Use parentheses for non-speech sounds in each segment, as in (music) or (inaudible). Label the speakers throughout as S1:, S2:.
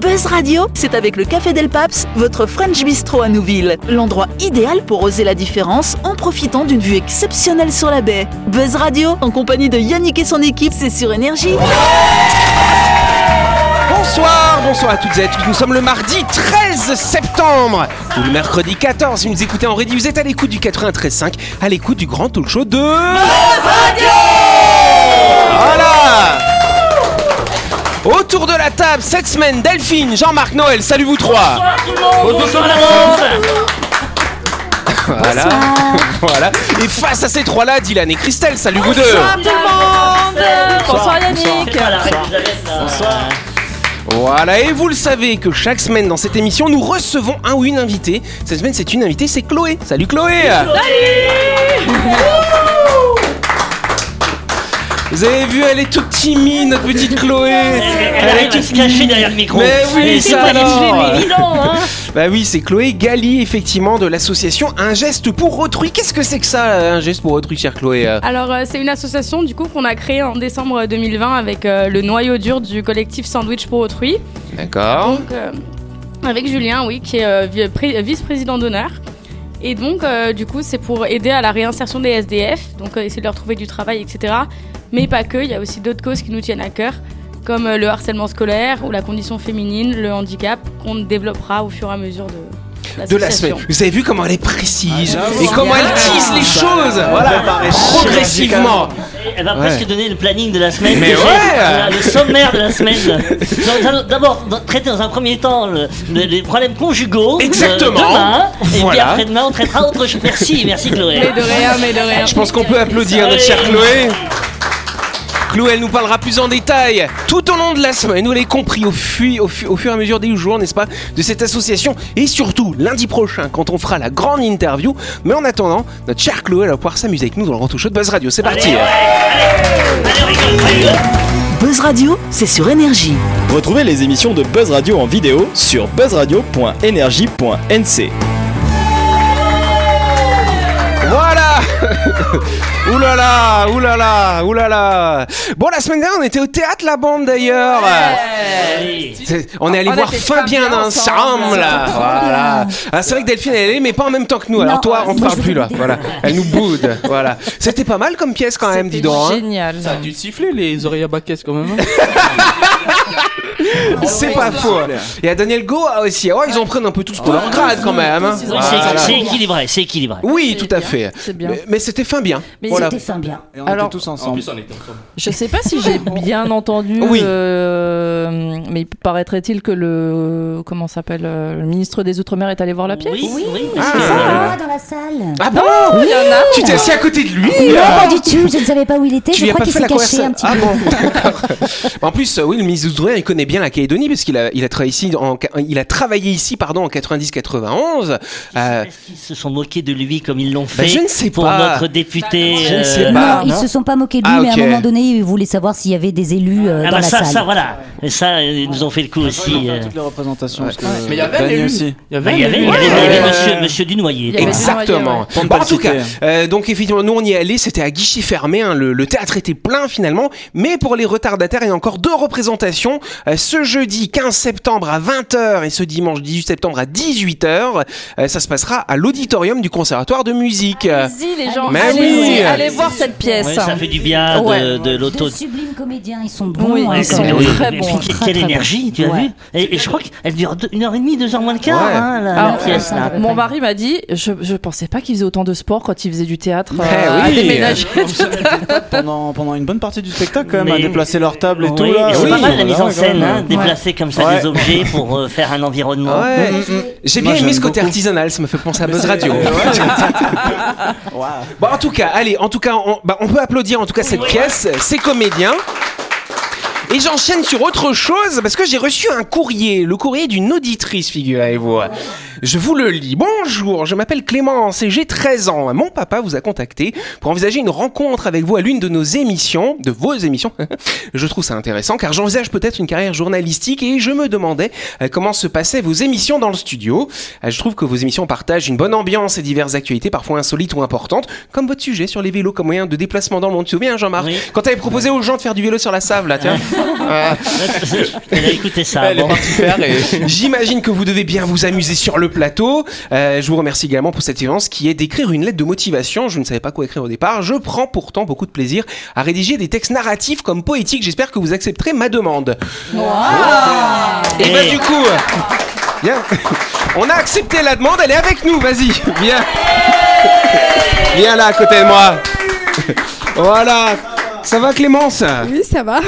S1: Buzz Radio, c'est avec le Café Del Paps, votre French Bistro à Nouville. L'endroit idéal pour oser la différence en profitant d'une vue exceptionnelle sur la baie. Buzz Radio, en compagnie de Yannick et son équipe, c'est sur Énergie.
S2: Bonsoir, bonsoir à toutes et à tous. Nous sommes le mardi 13 septembre ou le mercredi 14. Si vous nous écoutez en rédit, vous êtes à l'écoute du 93.5, à l'écoute du grand talk show de. Voilà Autour de la table, cette semaine, Delphine, Jean-Marc, Noël, salut vous trois Voilà, (laughs) voilà. Et face à ces trois-là, Dylan et Christelle, salut vous deux
S3: Bonsoir Yannick
S2: Voilà, et vous le savez que chaque semaine dans cette émission, nous recevons un ou une invitée. Cette semaine, c'est une invitée, c'est Chloé. Salut Chloé Vous avez vu, elle est toute timide, notre petite Chloé
S4: Elle arrive à se cacher derrière le micro.
S2: Mais oui,
S4: Et c'est
S2: ça
S4: pas
S2: alors
S4: difficile.
S2: Bah oui, c'est Chloé Gali, effectivement, de l'association Un geste pour autrui. Qu'est-ce que c'est que ça, un geste pour autrui, chère Chloé euh
S3: Alors euh, c'est une association du coup qu'on a créée en décembre 2020 avec euh, le noyau dur du collectif Sandwich pour autrui.
S2: D'accord.
S3: Donc euh, avec Julien oui qui est euh, vi- pré- vice-président d'honneur. Et donc euh, du coup c'est pour aider à la réinsertion des SDF, donc euh, essayer de leur trouver du travail etc. Mais pas que, il y a aussi d'autres causes qui nous tiennent à cœur comme euh, le harcèlement scolaire ou la condition féminine, le handicap qu'on développera au fur et à mesure de,
S2: De la semaine.
S3: l'association.
S2: Vous avez vu comment elle est précise
S5: Ah, Bah,
S2: et
S5: bravo.
S2: comment elle tease les choses. Voilà, progressivement.
S4: Elle va
S2: Ouais.
S4: Eh ben, presque donner le planning de la semaine.
S2: Mais
S4: que j'ai-
S2: ouais.
S4: voilà, Le sommaire de la semaine. Donc, D'abord, dans- traiter dans un premier temps le- le- les problèmes conjugaux. euh,
S2: Exactement.
S4: demain, Et puis
S2: Voilà.
S4: après demain, on traitera autre chose. Merci, merci Chloé.
S3: Mais de rien, mais de rien.
S2: Ah, Je pense qu'on peut applaudir notre chère Chloé. Chloé, elle nous parlera plus en détail tout au long de la semaine. Vous l'avez compris au, fu- au, fu- au fur et à mesure des jours, n'est-ce pas, de cette association. Et surtout, lundi prochain, quand on fera la grande interview. Mais en attendant, notre chère Chloé, elle va pouvoir s'amuser avec nous dans le grand talk show de Buzz Radio. C'est parti.
S4: Allez, on rigole, on rigole.
S1: Buzz Radio, c'est sur Énergie.
S5: Retrouvez les émissions de Buzz Radio en vidéo sur buzzradio.energie.nc.
S2: Voilà (laughs) Oulala, oulala, oulala Bon, la semaine dernière, on était au théâtre, la bande, d'ailleurs
S4: Allez.
S2: C'est- On est allé
S6: On a
S2: voir
S6: fait
S2: Fabien
S6: Fabien
S2: ensemble,
S6: ensemble.
S2: là. Voilà. Ah, c'est vrai que Delphine elle est, allée, mais pas en même temps que nous. Alors
S7: Non,
S2: toi, on
S7: moi,
S2: parle
S7: je
S2: plus
S7: voulais
S2: là.
S7: dire.
S2: Voilà. Elle nous boude. Voilà. C'était pas mal comme pièce quand même, dis donc. hein.
S6: Génial.
S8: Ça a dû siffler les oreilles à baquesse quand même.
S5: Euh,
S2: C'est pas faux. Il y a Daniel Go ah, aussi. Oh, ils en prennent un peu tous pour leur grade quand même. hein.
S4: Oui, c'est-
S2: Voilà.
S4: C'est équilibré, c'est équilibré.
S2: Oui, tout à fait.
S6: C'est bien.
S2: Mais, mais c'était fin bien.
S6: Mais
S2: Voilà.
S7: C'était fin bien.
S5: Et on
S6: Alors-
S5: tous
S8: En plus, on était ensemble.
S6: Je sais pas si j'ai bien entendu,
S2: (laughs) Oui.
S6: euh, mais il paraîtrait-il que le comment s'appelle euh, le ministre des Outre-mer est allé voir la pièce.
S4: Oui, oui.
S2: Ah.
S7: C'est
S2: Ah.
S7: moi dans la salle.
S2: Ah bon
S6: Il y en a.
S2: Tu t'es assis à côté de lui
S7: non,
S2: là
S7: pas du tout, je ne savais pas où il était,
S2: Tu
S7: je
S2: lui as
S7: crois
S2: pas
S7: qu'il
S2: fait
S7: s'est
S2: la
S7: caché
S2: conversation.
S7: un petit
S2: Ah
S7: peu.
S2: bon, (laughs) d'accord. en plus, euh, oui, le ministre d'Outre-mer, il connaît bien la Calédonie parce qu'il a, il a travaillé ici, en, il a travaillé ici, pardon, en 90-91. Euh,
S4: Est-ce qu'ils se sont moqués de lui comme ils l'ont fait
S2: Bah, je ne sais
S4: pour
S2: pas.
S4: notre député
S2: Je ne sais
S4: euh,
S2: pas.
S7: non, ils
S2: non.
S7: se sont pas moqués de lui,
S2: Ah, ok.
S7: mais à un moment donné, ils voulaient savoir s'il y avait des élus euh,
S4: Ah
S7: dans
S4: bah
S7: la
S4: ça,
S7: salle.
S4: ça voilà. Et ça, euh, ils nous ont fait le coup aussi. euh.
S5: les représentations.
S8: Mais il y avait l'élu. aussi. Il y
S4: Bah, Il y avait, il y avait- il y avait monsieur, monsieur Dunoyer.
S6: Il y avait-
S2: Exactement.
S6: Dunoyer,
S5: ouais.
S2: Bon, en tout cas,
S5: Cité.
S2: euh, donc effectivement, nous on y est allé, c'était à guichet fermé, hein, le, le théâtre était plein finalement, mais pour les retardataires, il y a encore deux représentations, euh, ce jeudi 15 septembre à 20h et ce dimanche 18 septembre à 18h, Euh, ça se passera à l'auditorium du Conservatoire de musique.
S6: Allez-y les gens,
S2: Mais
S6: allez-y,
S2: oui.
S6: allez voir cette pièce.
S4: Ouais, ça fait du bien de,
S6: Ouais.
S4: de l'auto.
S7: De sublimes comédiens, ils sont bons.
S6: Oui,
S7: hein,
S6: ils
S7: quand
S6: sont
S7: même.
S6: oui. très bons,
S4: quelle
S6: très, très
S4: énergie, tu as
S7: Ouais.
S4: vu et, et je crois qu'elle dure deux- une heure et demie, deux heures moins le quart,
S2: Ouais.
S4: hein, la,
S6: Ah,
S4: la pièce.
S7: ouais,
S4: là.
S7: ouais.
S6: Mon mari m'a dit, je, je pensais pas qu'il faisait autant de sport quand il faisait du théâtre.
S2: Eh
S6: euh, à
S2: oui.
S6: déménager.
S5: pendant, pendant une bonne partie du spectacle, quand même,
S4: Mais-
S5: à déplacer leur table et
S4: Oui,
S5: tout. Là,
S4: et c'est
S2: oui.
S4: pas mal la
S5: Voilà,
S4: mise en
S5: ouais,
S4: scène,
S5: quand
S4: hein,
S5: même.
S4: déplacer comme ça
S5: Ouais.
S4: des objets pour euh, faire un environnement. (laughs)
S2: Ouais. Mm, J'ai bien
S5: Moi,
S2: aimé
S5: j'aime
S2: ce côté
S5: beaucoup.
S2: artisanal, ça me fait
S5: (laughs)
S2: penser à Buzz
S5: c'est-
S2: Radio. (laughs)
S5: Waouh.
S2: Bon, en tout cas, allez, en tout cas, on, bah, on peut applaudir en tout cas cette pièce, ces comédiens. Et j'enchaîne sur autre chose parce que j'ai reçu un courrier, le courrier d'une auditrice, figurez-vous. Je vous le lis. Bonjour, je m'appelle Clémence et j'ai 13 ans. Mon papa vous a contacté pour envisager une rencontre avec vous à l'une de nos émissions, de vos émissions. (laughs) je trouve ça intéressant car j'envisage peut-être une carrière journalistique et je me demandais euh, comment se passaient vos émissions dans le studio. Euh, Je trouve que vos émissions partagent une bonne ambiance et diverses actualités parfois insolites ou importantes, comme votre sujet sur les vélos comme moyen de déplacement dans le monde. Tu te souviens, Jean-Marc
S4: Oui.
S2: Quand t'avais proposé aux gens de faire du vélo sur la save, là, tiens.
S4: Elle a écouté ça.
S2: Elle est
S4: bon.
S2: partie faire et- (laughs) J'imagine que vous devez bien vous amuser sur le plateau. Euh, je vous remercie également pour cette séance qui est d'écrire une lettre de motivation. Je ne savais pas quoi écrire au départ. Je prends pourtant beaucoup de plaisir à rédiger des textes narratifs comme poétiques. J'espère que vous accepterez ma demande. Et bah
S4: Et-
S2: du coup, bien, (laughs) on a accepté la demande. Elle est avec nous. Vas-y, viens, viens là à côté de moi. (laughs) Voilà. Ça va Clémence
S9: Oui, ça va.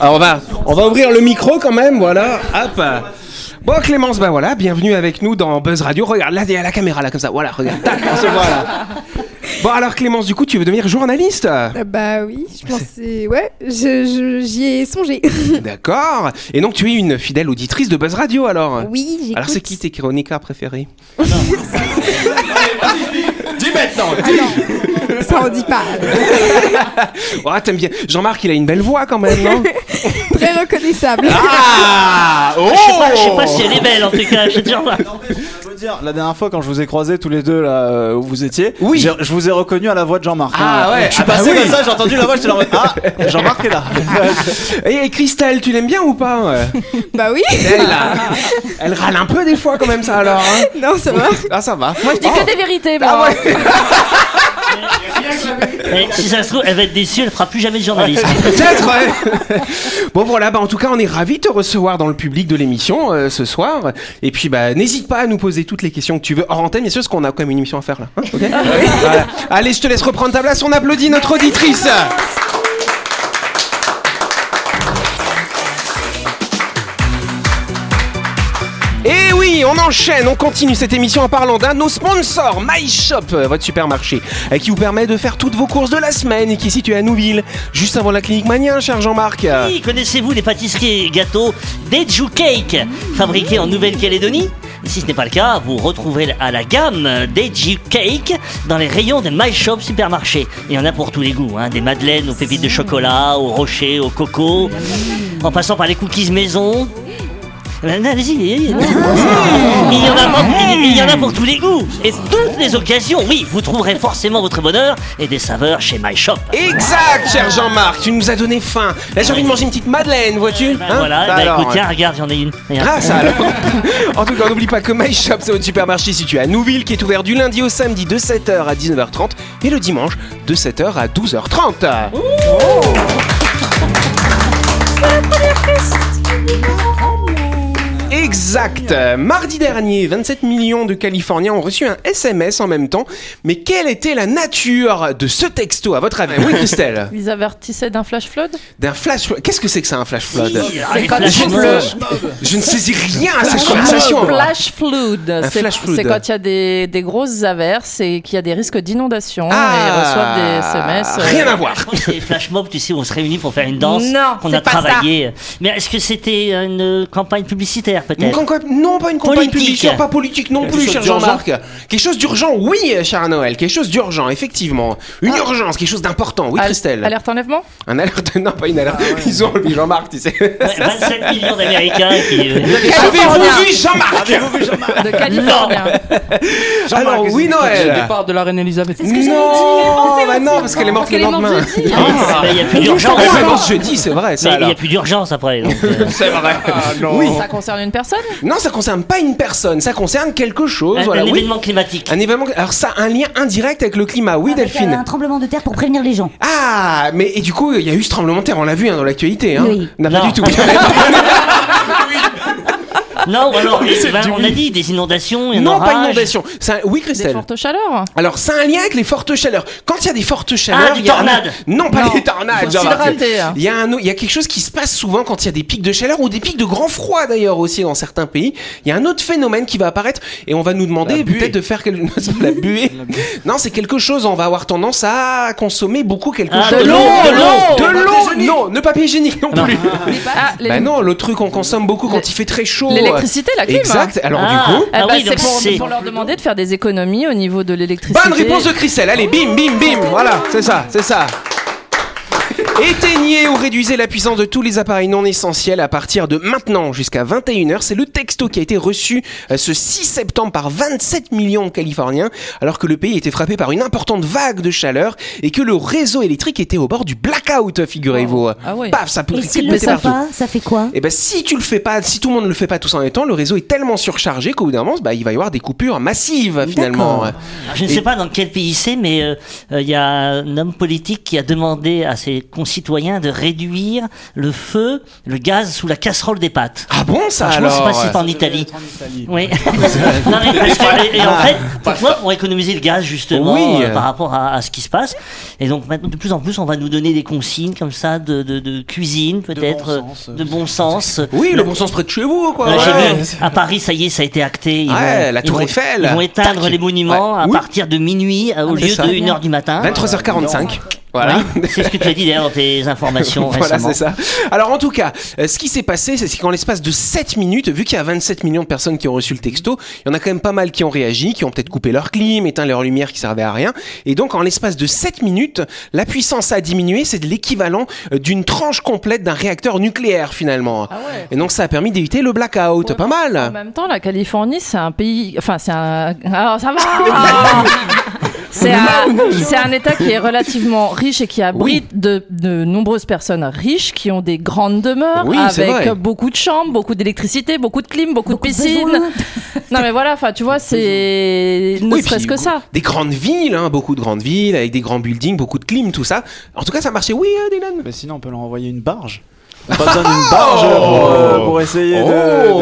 S2: alors on va, on va ouvrir le micro quand même, voilà. Hop. Bon Clémence, ben voilà, bienvenue avec nous dans Buzz Radio. Regarde, là, à la caméra, là, comme ça. Voilà, regarde, tac, on se voit (laughs) là. Bon alors Clémence, du coup, tu veux devenir journaliste
S9: Ah Bah oui, je pensais. Ouais, je- je- j'y ai songé.
S2: D'accord. Et donc tu es une fidèle auditrice de Buzz Radio alors
S9: Oui, j'écoute.
S2: Alors c'est
S7: Ah,
S2: qui tes chroniqueurs préférés
S8: Dis maintenant
S9: Ça en dit pas.
S2: Oh, t'aimes bien. Jean-Marc, il a une belle voix quand même, non
S9: Très reconnaissable.
S2: Ah Oh
S4: Je sais pas- je sais pas si elle est belle en tout cas, je te jure pas.
S5: Je veux dire, la dernière fois quand je vous ai croisés tous les deux là euh, où vous étiez,
S2: Oui.
S5: j'ai- je vous ai reconnu à la voix de Jean-Marc.
S2: Ah
S5: hein.
S2: ouais,
S5: Je suis
S2: ah bah
S5: passé
S2: oui.
S5: comme ça, j'ai entendu la voix, j'étais là en mode Ah, Jean-Marc est là.
S2: Oh! Et Christelle, tu l'aimes bien ou pas
S9: bah oui.
S2: Elle, là, elle râle un peu des fois quand même ça alors. hein.
S9: Non, ça va.
S2: Ah ça va.
S6: Moi, je dis que des vérités. moi.
S2: Ah ouais. (laughs)
S4: Et si ça se trouve, elle va être déçue, elle fera plus jamais de journaliste.
S2: Peut-être, ouais. Bon, voilà, bah, en tout cas, on est ravis de te recevoir dans le public de l'émission euh, ce soir. Et puis, bah, n'hésite pas à nous poser toutes les questions que tu veux hors antenne, bien sûr, parce qu'on a quand même une émission à faire là. Hein, ok Voilà. Allez, je te laisse reprendre ta place. On applaudit notre auditrice. Et oui, on enchaîne, on continue cette émission en parlant d'un de nos sponsors, My Shop, euh, votre supermarché, euh, qui vous permet de faire toutes vos courses de la semaine et qui est situé à Nouville, juste avant la clinique Mania, cher Jean-Marc. Euh,
S4: Oui, Connaissez-vous les pâtisseries et gâteaux Deju Cake, fabriqués en Nouvelle-Calédonie Si ce n'est pas le cas, vous retrouverez à la gamme Deju Cake dans les rayons des My Shop supermarchés. Il y en a pour tous les goûts, hein, des madeleines aux pépites de chocolat, aux rochers, au coco, en passant par les cookies maison. Ben, allez-y, allez-y. Il y, en a pour, il y en a pour tous les goûts et toutes les occasions. Oui, vous trouverez forcément votre bonheur et des saveurs chez My Shop.
S2: Exact, cher Jean-Marc, tu nous as donné faim. Là, j'ai envie de manger une petite madeleine, vois-tu
S4: Ben
S2: Hein
S4: voilà, ben,
S2: Alors,
S4: écoute, tiens, regarde, j'en ai une. Regarde.
S2: Ah ça alors (laughs) En tout cas, n'oublie pas que My Shop, c'est votre supermarché situé à Nouville qui est ouvert du lundi au samedi de 7h à 19h30 et le dimanche de 7h à 12h30. Exact. Mardi dernier, 27 millions de Californiens ont reçu un SMS en même temps. Mais quelle était la nature de ce texto, à votre avis Oui, Christelle
S6: Ils avertissaient d'un flash flood.
S2: D'un flash... Qu'est-ce que c'est que ça, un flash flood
S4: Arrête,
S6: quand
S4: lâche
S6: tu
S4: une
S6: veux.
S4: flèche.
S2: Je ne saisis rien à cette conversation. moi.
S6: flash flood. C'est
S2: flash flood.
S6: c'est quand il y a des, des grosses averses et qu'il y a des risques d'inondation et ils reçoivent des SMS. euh,
S2: Ah. Rien à voir.
S4: Je crois que c'est les flash mobs, tu sais, où on se réunit pour faire une danse.
S6: Non,
S4: qu'on
S6: c'est
S4: a
S6: pas
S4: travaillé. Mais est-ce que c'était une euh, campagne publicitaire
S2: Une
S4: peut-être
S2: campagne- non, pas une campagne
S4: Politique.
S2: publicitaire, pas politique non plus,
S5: chose
S2: cher
S5: d'urgent.
S2: Jean-Marc. Quelque chose d'urgent, oui, cher Noël, quelque chose d'urgent, effectivement. Une urgence, quelque chose d'important, oui,
S6: al-
S2: Christelle.
S6: Alerte enlèvement
S2: Un alerte, (laughs) non, pas une alerte. Ils ont enlevé Jean-Marc, tu sais.
S4: Ouais, 27 millions d'Américains qui. euh,
S2: Avez-vous vu Jean-Marc
S6: de Californie.
S8: (laughs)
S2: Alors, oui,
S8: Le
S2: Noël.
S8: départ de la reine Elisabeth.
S2: Non, bah non, parce qu'elle est morte
S6: Parce qu'elle
S2: le
S6: est morte
S2: lendemain.
S6: jeudi.
S2: Ah.
S4: Il n'y a plus
S2: Elle est morte
S4: d'urgence.
S2: jeudi, c'est vrai,
S4: Mais
S2: ça.
S4: il n'y a
S2: alors.
S4: plus d'urgence après. donc, euh,
S2: C'est vrai. Oui.
S6: Ça concerne une personne
S2: Non, ça concerne pas une personne, ça concerne quelque chose.
S4: un,
S2: voilà,
S4: un
S2: oui.
S4: événement climatique.
S2: Un événement. Alors ça, un lien indirect avec le climat, oui,
S7: Avec,
S2: Delphine.
S7: euh, Un tremblement de terre pour prévenir les gens.
S2: Ah, mais et du coup, il y a eu ce tremblement de terre, on l'a vu hein, dans l'actualité. Hein.
S7: Oui.
S2: Non, pas
S4: Non.
S2: du tout. (laughs)
S4: Non,
S2: (laughs)
S4: ou alors, ben, on a dit des inondations. et un
S2: non,
S4: orage.
S2: pas inondation. C'est un- Oui,
S6: Des
S2: Christelle.
S6: fortes chaleurs
S2: Alors, c'est un lien avec les fortes chaleurs. Quand il y a des fortes chaleurs.
S4: Ah, des
S2: il y a un-
S4: tornades.
S2: Non, pas
S6: Non.
S2: des tornades.
S6: Faut
S2: Jean-Marc.
S6: s'hydrater, hein.
S2: Il y, a un, il y a quelque chose qui se passe souvent quand il y a des pics de chaleur ou des pics de grand froid d'ailleurs aussi dans certains pays. Il y a un autre phénomène qui va apparaître et on va nous demander peut-être de faire quelque... (laughs) non, c'est pas la buée. non, c'est quelque chose. On va avoir tendance à consommer beaucoup quelque
S4: Ah,
S2: chose.
S4: de l'eau,
S2: de
S4: de l'eau.
S2: l'eau, de l'eau. Non, ne papier hygiénique non plus.
S6: Ah, l'é-
S2: Bah non, le truc qu'on consomme beaucoup quand
S6: L'é-
S2: il fait très chaud. euh.
S6: L'électricité, la clim
S2: Bah
S6: hein.
S2: Exact. Alors
S4: Ah.
S2: du coup,
S6: Eh
S4: Ah
S6: ben,
S4: oui,
S6: c'est
S4: donc c'est-
S6: pour, pour leur demander de faire des économies au niveau de l'électricité.
S2: bonne réponse de Christelle. Allez, bim, bim, bim. Voilà, c'est ça, c'est ça. Éteignez ou réduisez la puissance de tous les appareils non essentiels à partir de maintenant jusqu'à 21h. C'est le texto qui a été reçu euh, ce 6 septembre par 27 millions de Californiens, alors que le pays était frappé par une importante vague de chaleur et que le réseau électrique était au bord du blackout, figurez-vous.
S6: Ah ouais.
S2: Paf, ça peut
S7: Et
S2: péter
S7: s'ils le savent
S2: partout.
S7: pas, ça fait quoi
S2: Et ben si tu le fais pas, si tout le monde ne le fait pas tous en même temps, le réseau est tellement surchargé qu'au bout d'un moment, bah, il va y avoir des coupures massives finalement.
S7: D'accord.
S4: Je ne sais pas dans quel pays c'est, mais euh, euh, il y a un homme politique qui a demandé à ses concitoyens de réduire le feu, le gaz sous la casserole des pâtes.
S2: Ah bon ça
S4: Alors, je
S2: alors
S4: pense que c'est en Italie. Oui. (laughs) Non, mais parce que- et, et en fait,
S2: (laughs)
S4: pourquoi pour économiser le gaz justement
S2: Oui.
S4: euh, par rapport à, à ce qui se passe. Et donc maintenant, de plus en plus, on va nous donner des consignes comme ça de, de- de cuisine peut-être, euh, de bon sens.
S2: Oui, le bon sens près de chez vous quoi.
S4: Là, j'ai
S2: Ouais.
S4: vu, à Paris, ça y est, ça a été acté. Ils
S2: Ouais, la
S4: ils
S2: Tour
S4: vont-
S2: Eiffel.
S4: Ils vont éteindre
S2: Tac.
S4: les monuments
S2: Ouais.
S4: à
S2: Oui.
S4: partir de minuit euh, au
S2: c'est
S4: lieu
S2: ça.
S4: de 1h du
S6: Ah.
S4: matin.
S2: 23h45. Voilà.
S4: Oui, (laughs) c'est ce que tu as dit d'ailleurs dans tes informations
S2: (laughs) Voilà,
S4: récemment.
S2: c'est ça. Alors, en tout cas, euh, ce qui s'est passé, c'est c'est qu'en l'espace de 7 minutes, vu qu'il y a 27 millions de personnes qui ont reçu le texto, il y en a quand même pas mal qui ont réagi, qui ont peut-être coupé leur clim, éteint leur lumière qui servait à rien. Et donc, en l'espace de 7 minutes, la puissance a diminué. C'est l'équivalent euh, d'une tranche complète d'un réacteur nucléaire, finalement.
S6: Ah ouais.
S2: Et donc, ça a permis d'éviter le blackout.
S6: Ouais.
S2: Pas
S6: En
S2: mal.
S6: même temps, la Californie, c'est un pays. Enfin, c'est un.
S2: (laughs)
S6: Alors, ça va Ah. C'est un, c'est un État qui est relativement riche et qui abrite de, de nombreuses personnes riches qui ont des grandes demeures
S2: Oui, c'est vrai.
S6: avec beaucoup de chambres, beaucoup d'électricité, beaucoup de clim, beaucoup, de piscines.
S7: Besoin.
S6: Non, mais voilà, enfin, tu vois, c'est. Ne
S2: Oui,
S6: serait-ce
S2: puis,
S6: que ça.
S2: Des grandes villes, hein, beaucoup de grandes villes, avec des grands buildings, beaucoup de clim, tout ça. En tout cas, ça marchait. Oui, hein, Dylan
S5: Mais sinon, on peut leur envoyer une barge. On a pas besoin d'une barge pour, euh, pour essayer
S2: Oh.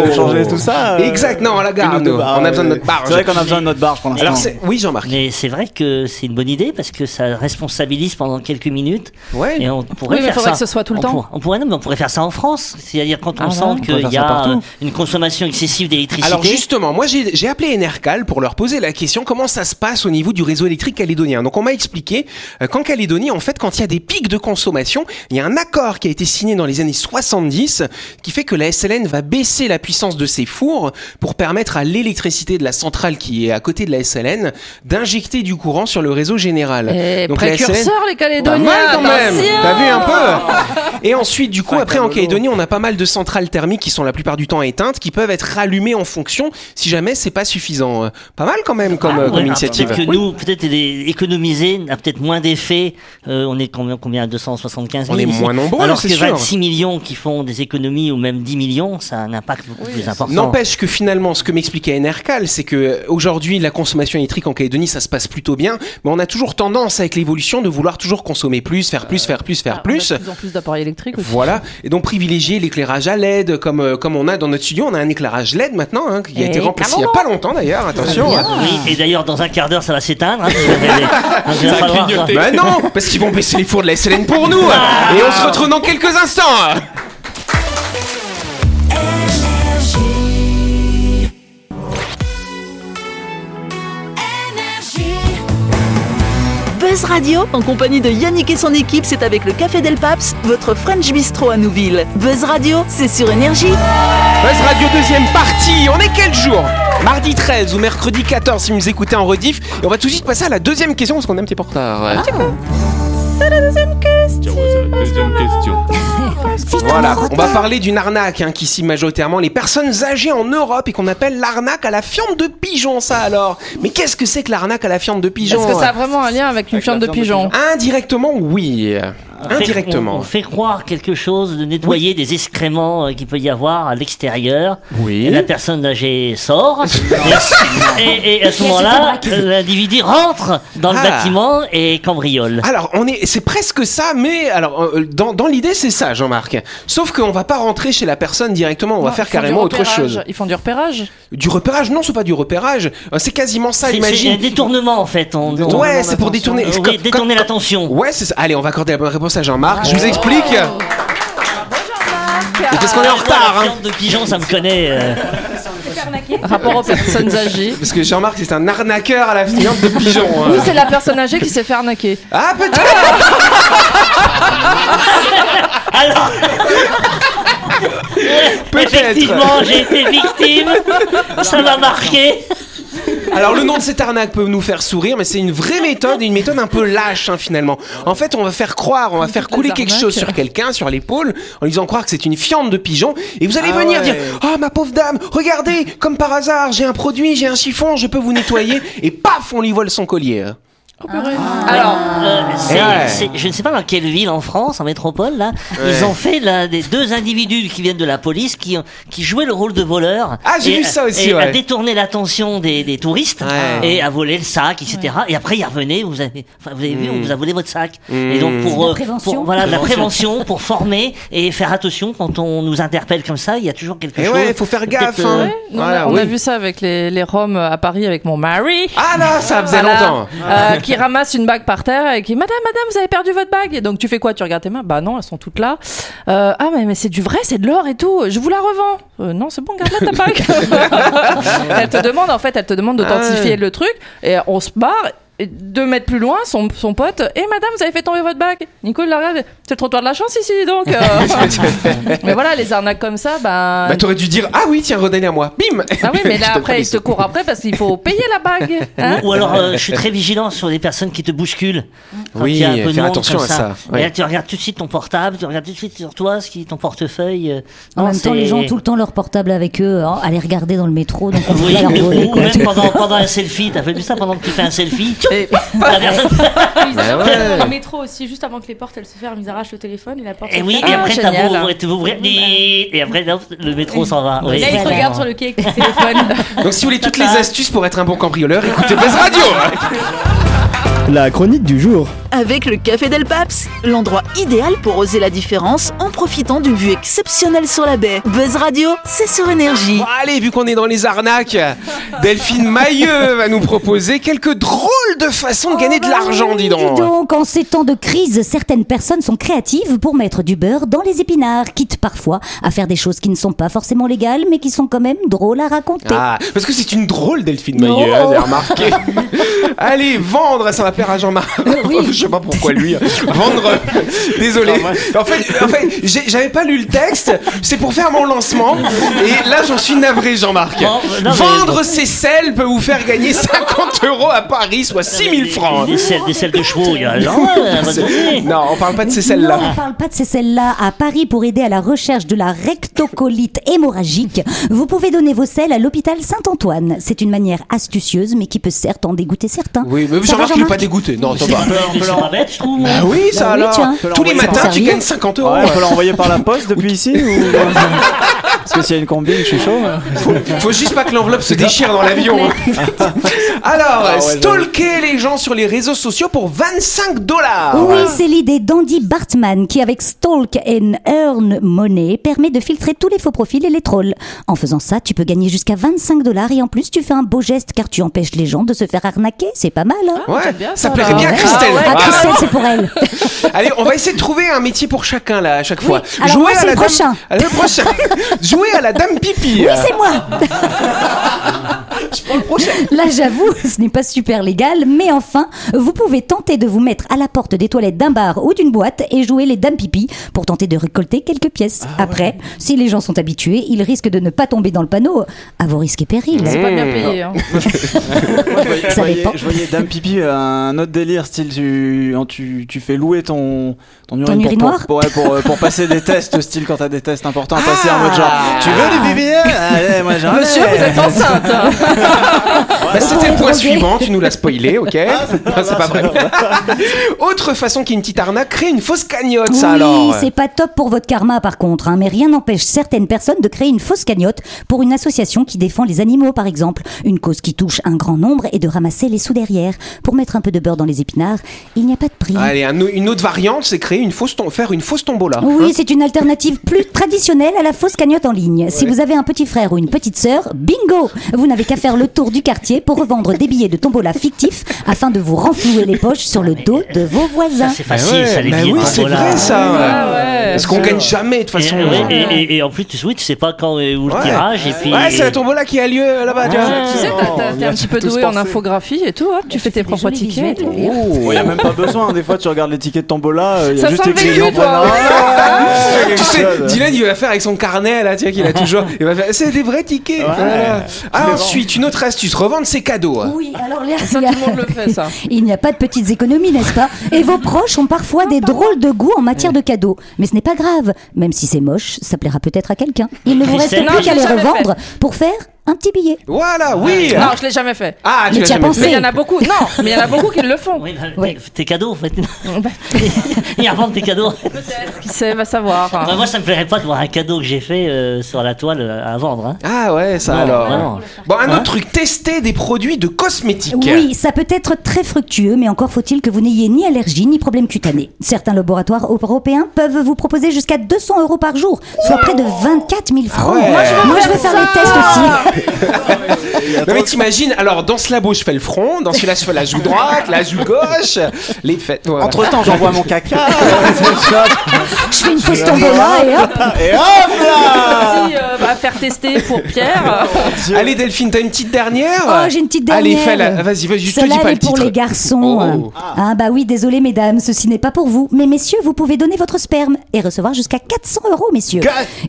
S5: de, de changer tout ça. euh,
S2: Exact, non, à la
S5: une
S2: gare,
S5: ou deux
S2: nous.
S5: barres,
S2: on a besoin de
S5: euh,
S2: notre barge.
S5: C'est vrai qu'on a besoin de notre barge pour l'instant.
S2: Alors, c'est- oui, Jean-Marc.
S4: Mais c'est vrai que c'est une bonne idée parce que ça responsabilise pendant quelques minutes
S2: Ouais.
S4: et on pourrait
S6: Oui, mais
S4: faire
S6: faudrait
S4: ça.
S6: que ce soit tout le
S4: on
S6: temps.
S4: pourrait- on pourrait non, mais on pourrait faire ça en France, c'est-à-dire quand on
S6: Ah, ouais.
S4: sent
S5: On peut
S4: qu'il
S5: faire
S4: y
S5: ça
S4: a
S5: partout.
S4: euh, une consommation excessive d'électricité.
S2: Alors justement, moi j'ai j'ai appelé Enercal pour leur poser la question comment ça se passe au niveau du réseau électrique calédonien. Donc on m'a expliqué euh, qu'en Calédonie, en fait, quand il y a des pics de consommation, il y a un accord qui a été signé dans les années 70 qui fait que la SLN va baisser la puissance de ses fours pour permettre à l'électricité de la centrale qui est à côté de la SLN d'injecter du courant sur le réseau général.
S6: Et
S2: Donc, la SLN
S6: précurseurs, les
S2: Pas
S6: Calédoniens, hein.
S2: mal,
S6: quand
S2: quand même.
S6: même.
S2: T'as vu un peu Et ensuite, du coup,
S5: Enfin,
S2: après en
S5: Calédonie.
S2: Calédonie, on a pas mal de centrales thermiques qui sont la plupart du temps éteintes, qui peuvent être rallumées en fonction si jamais c'est pas suffisant. Euh, Pas mal quand même comme,
S4: Ah,
S2: euh, comme
S4: ouais,
S2: initiative.
S4: Peut-être que
S2: Oui.
S4: nous, peut-être les- économiser a peut-être moins d'effet. Euh, on est combien, combien 275 000
S2: On est
S4: ici.
S2: moins nombreux,
S4: bah. Alors
S2: c'est
S4: que
S2: sûr.
S4: 26 millions qui font des économies ou même 10 millions, ça a un impact beaucoup plus important.
S2: N'empêche que finalement, ce que m'expliquait Enercal, c'est que euh, aujourd'hui, la consommation électrique en Calédonie, ça se passe plutôt bien, mais on a toujours tendance avec l'évolution de vouloir toujours consommer plus, faire plus, faire plus,
S6: Ah,
S2: faire plus.
S6: Bah, De plus en plus d'appareils électriques aussi.
S2: Voilà, et donc privilégier l'éclairage à LED comme, euh, comme on a dans notre studio. On a un éclairage LED maintenant hein, qui a
S6: Et
S2: été remplacé il n'y a pas longtemps d'ailleurs, attention.
S4: Oui, et d'ailleurs, dans un quart d'heure, ça va s'éteindre. hein, parce
S2: (laughs)
S4: que- donc, il va falloir-
S2: Bah
S6: (laughs)
S2: non, parce qu'ils vont baisser les fours de la SLN pour nous
S6: Ah.
S2: Et on se retrouve dans quelques instants
S1: Buzz Radio, en compagnie de Yannick et son équipe, c'est avec le Café Del Paps, votre French Bistro à Nouville. Buzz Radio, c'est sur Énergie.
S2: Buzz Radio deuxième partie, on est quel jour Mardi 13 ou mercredi 14 si vous écoutez en rediff. Et on va tout de suite passer à la deuxième question parce qu'on est un petit peu en retard. ouais.
S10: Deuxième question.
S2: Voilà, on va parler d'une arnaque hein, qui cible majoritairement les personnes âgées en Europe et qu'on appelle l'arnaque à la fiente de pigeon ça alors. Mais qu'est-ce que c'est que l'arnaque à la fiente de pigeon
S6: Est-ce que ça a vraiment un lien avec une
S5: Avec la
S6: fiente de
S5: fiente de
S6: pigeon
S2: Indirectement, oui.
S4: On fait- On, on
S2: Indirectement.
S4: fait croire quelque chose de nettoyer des excréments euh, qu'il peut y avoir à l'extérieur.
S2: Oui.
S4: Et la personne âgée sort. et, et- et à ce
S7: Et elle se fait
S4: moment-là,
S7: braquer.
S4: l'individu rentre dans le
S2: Ah.
S4: bâtiment et cambriole.
S2: Alors, on est, c'est presque ça, mais alors euh, dans, dans l'idée c'est ça, Jean-Marc. Sauf qu'on va pas rentrer chez la personne directement, on va
S6: Non,
S2: faire
S6: ils font du
S2: carrément autre
S6: repérage.
S2: chose.
S6: Ils font du repérage.
S2: Du repérage Non, c'est pas du repérage. Euh, C'est quasiment ça,
S4: C'est- C'est un
S2: imagine.
S4: détournement en fait. On, on-
S2: Ouais, c'est pour détourner.
S4: Euh, oui,
S2: Comme-
S4: détourner
S2: comme-
S4: l'attention.
S2: Ouais, c'est ça. Allez, on va accorder la bonne réponse à Jean-Marc.
S6: Oh.
S2: Je vous explique. Et Parce qu'on est en
S4: Ah,
S2: retard.
S4: la
S2: hein.
S4: fiente de pigeon, ça me connaît. euh.
S6: Rapport aux personnes
S2: (laughs)
S6: âgées.
S2: Parce que Jean-Marc, c'est un arnaqueur à la fiente de pigeon. hein.
S6: Ou c'est la personne âgée qui s'est fait arnaquer.
S2: Ah, peut-être (laughs)
S4: Alors.
S2: Peut-être
S4: Effectivement, j'ai été victime. Ça m'a marqué.
S2: Alors le nom de cette arnaque peut nous faire sourire, mais c'est une vraie méthode, une méthode un peu lâche hein, finalement. En fait, on va faire croire, on va faire couler quelque chose sur quelqu'un, sur l'épaule, en lui faisant croire que c'est une fiente de pigeon, et vous allez
S11: Ah
S2: venir
S11: ouais.
S2: dire « Ah ma pauvre dame, regardez, comme par hasard, j'ai un produit, j'ai un chiffon, je peux vous nettoyer », et paf, on lui vole son collier. hein.
S4: Alors,
S2: Eh ouais.
S4: Euh, je ne sais pas dans quelle ville en France, en métropole, là,
S2: Ouais.
S4: ils ont fait là, des deux individus qui viennent de la police qui, ont- qui jouaient le rôle de voleur.
S2: Ah, j'ai vu ça aussi,
S4: Et à
S2: ouais.
S4: détourner l'attention des, des touristes
S2: Ouais.
S4: et à voler le sac, etc. Et après, ils revenaient, vous avez, enfin, vous avez vu, on
S2: Mm.
S4: vous a volé votre sac.
S2: Mm.
S4: Et donc, pour,
S7: La
S4: euh,
S7: prévention.
S4: pour- voilà, de la
S2: Prévention.
S4: prévention, pour former et faire attention quand on nous interpelle comme ça, il y a toujours quelque
S2: Eh
S4: chose.
S2: ouais, faut faire
S4: peut-être,
S2: gaffe,
S4: euh,
S2: hein.
S6: Nous, on a-
S2: Voilà,
S6: on a
S2: oui.
S6: vu ça avec les, les Roms à Paris avec mon mari.
S2: Ah là, ça faisait
S6: Voilà.
S2: longtemps.
S6: Euh, qui ramasse une bague par terre et qui Madame, madame, vous avez perdu votre bague. Et donc tu fais quoi Tu regardes tes mains Bah non, elles sont toutes là. Euh, ah, mais, mais c'est du vrai, c'est de l'or et tout. Je vous la revends. Euh, non, c'est bon, garde-la
S2: (laughs)
S6: ta bague. elle te demande, en fait, elle te demande d'authentifier
S2: Ah.
S6: le truc et on se barre. Et deux mètres plus loin, son, son pote, et madame, vous avez fait tomber votre bague. Nico, il la regarde, c'est le trottoir de la chance ici, dis
S2: (laughs)
S6: donc. euh. mais voilà, les arnaques comme ça, ben.
S2: Bah t'aurais dû dire « Ah oui, tiens, redonnez à moi !» Bim
S6: Ah oui,
S2: (laughs)
S6: mais
S2: Tu
S6: là,
S2: te prends
S6: après,
S2: les
S6: il te
S2: sous.
S6: court après parce qu'il faut payer la bague. hein.
S4: Ou alors, euh, je suis très vigilant sur les personnes qui te bousculent. Quand
S2: Oui,
S4: il y a un peu de
S2: faire
S4: monde
S2: attention
S4: comme
S2: à ça,
S4: Et
S2: ouais.
S4: là, tu regardes tout de suite ton portable, tu regardes tout de suite sur toi ce qui est ton portefeuille. euh,
S7: En
S4: non,
S7: même temps,
S4: c'est-
S7: Oh, les gens ont tout le temps leur portable avec eux, hein, à les regarder dans le métro, donc on peut
S4: Oui,
S7: pas leur
S4: ou-
S7: voler.
S4: ou
S2: (laughs)
S7: quoi.
S4: même pendant, pendant un selfie, t'as fait ça pendant que tu fais un
S7: (laughs)
S4: selfie.
S6: Et-
S4: la personne-
S3: Ils
S2: Bah
S3: arrivent
S2: ouais.
S3: dans le métro aussi, juste avant que les portes elles se ferment, ils arrachent le téléphone et la porte.
S4: Et
S3: se
S4: Eh oui,
S3: ferme.
S7: Ah,
S4: et après t'as
S6: génial.
S4: beau ouvrir, tu veux ouvrir, et après non, le métro s'en va.
S3: Et
S4: oui.
S3: là, ils se
S7: Voilà.
S3: regardent sur le quai avec le téléphone.
S2: Donc si vous voulez toutes les
S6: Ah.
S2: astuces pour être un bon cambrioleur, écoutez Buzz Radio
S11: La chronique du jour.
S1: Avec le Café Del Paps, l'endroit idéal pour oser la différence en profitant d'une vue exceptionnelle sur la baie. Buzz Radio, c'est sur énergie.
S2: Bon, allez, vu qu'on est dans les
S7: (laughs)
S2: arnaques, Delphine Mailleux va nous proposer quelques drôles de façons de gagner de l'argent, dis donc.
S7: Oh, bah Dis donc, en ces temps de crise, certaines personnes sont créatives pour mettre du beurre dans les épinards, quitte parfois à faire des choses qui ne sont pas forcément légales, mais qui sont quand même drôles à raconter.
S2: Ah, parce que c'est une drôle Delphine Mailleux,
S7: Non.
S2: hein, vous avez
S7: (laughs)
S2: remarqué. allez, vendre, ça va plaire à Jean-Marc.
S7: Euh,
S2: (laughs) Je sais pas pourquoi lui. hein. Vendre, (laughs) désolé. En fait, en fait j'ai- j'avais pas lu le texte, c'est pour faire mon lancement. Et là, j'en suis navré, Jean-Marc.
S4: Bon, non, mais-
S2: Vendre ses selles peut vous faire gagner 50 euros à Paris, soit 6000 francs.
S4: Des selles, des selles de chevaux, il y a non, euh, bonne journée.
S2: Non, on parle pas de ces
S7: Non,
S2: selles-là.
S7: on parle pas de ces selles-là. À Paris, pour aider à la recherche de la rectocolite hémorragique, vous pouvez donner vos selles à l'hôpital Saint-Antoine. C'est une manière astucieuse, mais qui peut certes en dégoûter certains.
S2: Oui, mais
S7: Ça
S2: Jean-Marc,
S7: va,
S2: il est pas dégoûté. Non, bah. ça
S4: C'est
S2: va.
S4: pas- c'est pas bête, je trouve. hein.
S2: Ah oui, ça
S7: Bah oui,
S2: alors.
S7: tiens.
S2: Tous les
S7: Ça
S2: matins,
S7: sert
S2: tu
S7: à rien.
S2: gagnes 50 euros.
S5: Ouais, on peut l'envoyer par la poste depuis ici ou... Parce que s'il y a une combine, je suis chaud. hein.
S2: (laughs) Faut juste pas que l'enveloppe se déchire dans l'avion. hein. Alors,
S5: Ah ouais,
S2: stalker les gens sur les réseaux sociaux pour 25 dollars.
S7: Oui, c'est l'idée d'Andy Bartman qui, avec Stalk and Earn Money, permet de filtrer tous les faux profils et les trolls. En faisant ça, tu peux gagner jusqu'à 25 dollars et en plus, tu fais un beau geste car tu empêches les gens de se faire arnaquer. C'est pas mal, hein
S2: Ouais,
S6: bien
S2: ça
S6: ça,
S2: plairait
S6: là.
S2: bien à
S6: Ah
S2: Ah. Christelle.
S6: ouais.
S7: Ah,
S2: Voilà.
S7: Christelle, c'est
S2: (laughs)
S7: pour elle.
S2: Allez, on va essayer de trouver un métier pour chacun là à chaque fois.
S7: alors moi,
S2: à
S7: c'est
S2: la
S7: le
S2: dame-
S7: prochain.
S2: à Le prochain. Jouer à la dame pipi.
S7: Oui, c'est moi
S2: le prochain.
S7: Là, j'avoue, ce n'est pas super légal, mais enfin, vous pouvez tenter de vous mettre à la porte des toilettes d'un bar ou d'une boîte et jouer les dames pipi pour tenter de récolter quelques pièces.
S2: Ah
S7: Après, si les gens sont habitués, ils risquent de ne pas tomber dans le panneau à vos risques et périls.
S2: Eh
S6: C'est pas bien
S2: Hmm.
S6: payé. Hein.
S5: Moi, je voyais, je
S7: Ça
S5: voyais-
S7: dépend.
S5: je voyais
S6: (laughs)
S5: Dame Pipi euh, un autre délire, style tu, en- tu, tu fais louer ton, ton urine pour- pour,
S7: urinoir
S5: pour, ouais, pour, euh, pour passer des tests, style quand t'as des tests importants à passer en mode genre
S2: Ah.
S5: tu veux du BBL
S6: (laughs)
S5: Allez, moi j'ai un
S6: Ah, Monsieur, vous êtes enceinte. hein.
S2: Bah,
S7: Ah,
S2: C'était le point
S7: Ok.
S2: suivant, tu nous l'as spoilé,
S7: (laughs)
S2: ok
S7: Ah,
S2: Non, C'est pas vrai. Autre façon qu'une petite arnaque, créer une fausse cagnotte, ça
S7: oui,
S2: alors.
S7: c'est pas top pour votre karma par contre, hein, mais rien n'empêche certaines personnes de créer une fausse cagnotte pour une association qui défend les animaux par exemple, une cause qui touche un grand nombre et de ramasser les sous derrière. Pour mettre un peu de beurre dans les épinards, il n'y a pas de prix.
S2: Allez, un au- une autre variante, c'est créer une fausse tom- faire une fausse tombola.
S7: Oui, c'est une alternative plus traditionnelle à la fausse cagnotte en ligne. Si vous avez un petit frère ou une petite sœur, bingo Vous n'avez qu'à faire le tour du quartier pour revendre des billets de tombola fictifs afin de vous renflouer les poches sur le dos de vos
S4: Ça,
S7: voisins.
S4: c'est facile, ça, les
S2: Bah
S4: billets
S2: oui,
S4: de
S2: c'est
S4: Angola.
S2: vrai ça.
S6: Ah ouais.
S2: Parce qu'on gagne jamais de toute
S4: Et,
S2: façon. euh,
S4: et- et- et- et en plus, tu, oui, tu sais pas quand et où
S2: Ouais.
S4: le tirage, et puis. euh,
S2: Ouais, c'est
S4: et-
S2: la tombola qui a lieu euh, là-bas, tu vois.
S6: Tu sais, t'as- t'as- t'es un petit peu doué en infographie et tout, hop, tu fais tes
S7: Ah, des
S6: propres
S7: jolis
S6: tickets.
S7: visuels.
S8: (laughs)
S5: Il y a même pas besoin, des fois tu regardes les tickets de tombola, euh, il y a
S6: Ça
S5: juste
S6: sent
S5: les
S6: le vécu,
S5: clients
S6: toi.
S5: prenant-
S2: Euh, tu sais, Dylan, il va faire avec son carnet, là, tiens, qu'il a toujours. Il va faire, c'est des vrais tickets. Voilà. Ah, ensuite, une autre astuce, revendre ses cadeaux.
S7: Oui, alors là,
S6: Ça, tout le monde le fait, ça.
S7: (laughs) Il n'y a pas de petites économies, n'est-ce pas Et vos proches ont parfois des drôles de goûts en matière de cadeaux. Mais ce n'est pas grave. Même si c'est moche, ça plaira peut-être à quelqu'un. Il ne vous reste
S6: Christelle,
S7: plus
S6: je
S7: qu'à
S6: l'ai
S7: les
S6: jamais
S7: revendre pour faire un petit billet.
S2: Voilà, oui.
S6: Non, je l'ai jamais fait.
S2: Ah,
S7: tu Mais l'as tu as jamais pensé. fait.
S6: Mais il y en a beaucoup. Non, mais il y en a beaucoup qui le font.
S4: Tes- Tes cadeaux, en fait.
S6: (laughs)
S4: Ils revendent tes cadeaux.
S6: Qui sait, va savoir.
S7: Ah.
S4: Bah, moi, ça me plairait pas de voir un cadeau que j'ai fait euh, sur la toile euh, à vendre. hein.
S2: Ah ouais, ça
S4: Non,
S2: alors.
S4: vraiment.
S2: Bon, un
S4: Hein
S2: autre truc, tester des produits de cosmétiques.
S7: Oui, ça peut être très fructueux, mais encore faut-il que vous n'ayez ni allergie ni problème cutané. Certains laboratoires européens peuvent vous proposer jusqu'à 200 euros par jour, soit près de 24 000 francs.
S2: ouais. Moi, je veux
S7: Moi, je veux
S2: faire
S7: faire les tests aussi.
S2: Non mais t'imagines, alors dans ce labo je fais le front, dans celui-là je fais la joue droite, la joue gauche, les fêtes.
S5: Entre temps, j'envoie
S6: (laughs)
S5: mon caca.
S7: Je fais une fausse tombola et hop.
S5: Et hop là
S6: Si, euh, va faire tester pour Pierre. euh,
S2: Allez Delphine, t'as une petite dernière
S7: Oh, j'ai une petite dernière.
S2: Allez, fais-la. Vas-y, vas-y, je te dis
S7: Celle-là,
S2: pas
S7: elle
S2: le
S7: est pour
S2: titre.
S7: les garçons.
S2: Oh.
S7: Ah. bah oui, désolé mesdames, ceci n'est pas pour vous. Mais messieurs, vous pouvez donner votre sperme et recevoir jusqu'à 400 euros, messieurs.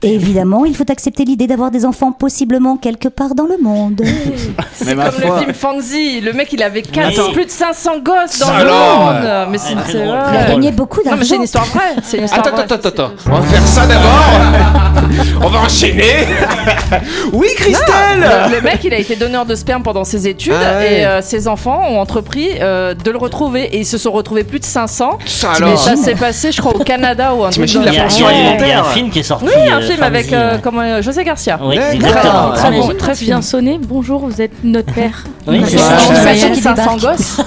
S7: Et évidemment, il faut accepter l'idée d'avoir des enfants possiblement quelque part dans le monde.
S5: Mais ma
S6: Comme le
S5: foi.
S6: film Fancy, le mec il avait quatre-
S4: Attends.
S6: plus de 500 gosses dans
S2: Ça
S6: le
S2: alors
S6: monde. Mais c'est
S4: Ah,
S6: c'est
S4: drôle.
S7: Il a
S6: vrai.
S7: gagné beaucoup
S6: Non, mais c'est
S7: d'argent.
S6: une histoire vraie. C'est une histoire
S2: Attends,
S7: Ah
S6: vraie.
S2: attends, attends, attends. On va faire ça d'abord. (laughs) On va enchaîner. (laughs) Oui, Christelle.
S6: Le, le mec, il a été donneur de sperme pendant ses études
S2: Ah ouais.
S6: et euh, ses enfants ont entrepris euh, de le retrouver et ils se sont retrouvés plus de 500.
S2: Ça
S6: Mais
S2: alors.
S6: ça s'est passé, je crois, au Canada ou un truc.
S2: T'imagines
S6: dans
S2: la
S4: Il y, a,
S6: le
S2: pension
S6: genre.
S4: il y a- il y a un
S2: alimentaire.
S4: film qui est sorti.
S6: Oui, un
S4: euh,
S6: film
S4: samedi,
S6: avec euh,
S4: ouais.
S6: comment, euh, José Garcia.
S4: Oui,
S2: D'accord.
S3: Ah,
S2: Ah,
S4: exactement.
S6: Très bon,
S4: ouais.
S6: très
S3: Très bien
S6: bien.
S3: sonné. Bonjour, vous êtes notre père.
S4: Oui,
S7: Ouais,
S4: c'est
S7: c'est
S4: ça.
S7: ça.
S4: Ouais.
S7: Imagine,
S6: Imagine 500
S7: débarque.
S6: gosses.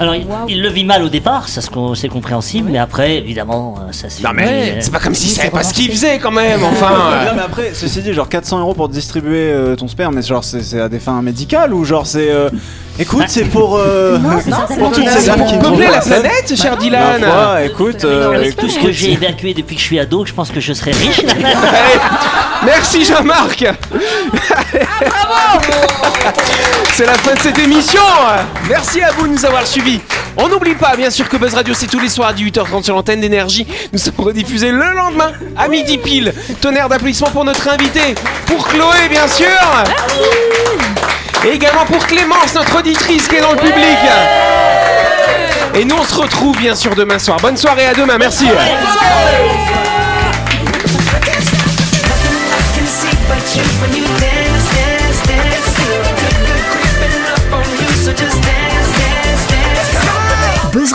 S4: Alors, il- il le vit mal au départ, ça se com- c'est compréhensible, mais après, évidemment, euh, ça se
S2: Non Ah, mais
S4: finit, euh,
S2: c'est pas comme si savait pas ce qu'il faisait quand même. Enfin.
S5: Non, mais après, ceci dit, genre 400 euros pour distribuer euh, ton sperme, mais genre c'est c'est à des fins médicales ou genre c'est. euh, Écoute, c'est pour. euh, (laughs)
S7: Non, (laughs) c'est
S5: pour
S7: simplement
S5: toutes
S7: pour
S5: ces dames qui me
S2: Peupler la
S5: proposent.
S2: planète, cher
S7: Bah,
S5: Ma
S2: Dylan.
S5: foi, écoute, euh,
S4: Avec
S5: écoute,
S4: tout ce que j'ai évacué depuis que je suis ado, je pense que je serais
S2: (laughs)
S4: riche.
S2: Allez, merci Jean-Marc. C'est la fin de cette émission. Merci à vous de nous avoir suivis. On n'oublie pas, bien sûr, que Buzz Radio, c'est tous les soirs à 18h30 sur l'antenne d'énergie. Nous sommes rediffusés le lendemain à midi pile. Tonnerre d'applaudissements pour notre invité, pour Chloé, bien sûr. Et également pour Clémence, notre auditrice qui est dans le public. Et nous, on se retrouve, bien sûr, demain soir. Bonne soirée à demain. Merci.
S1: Buzz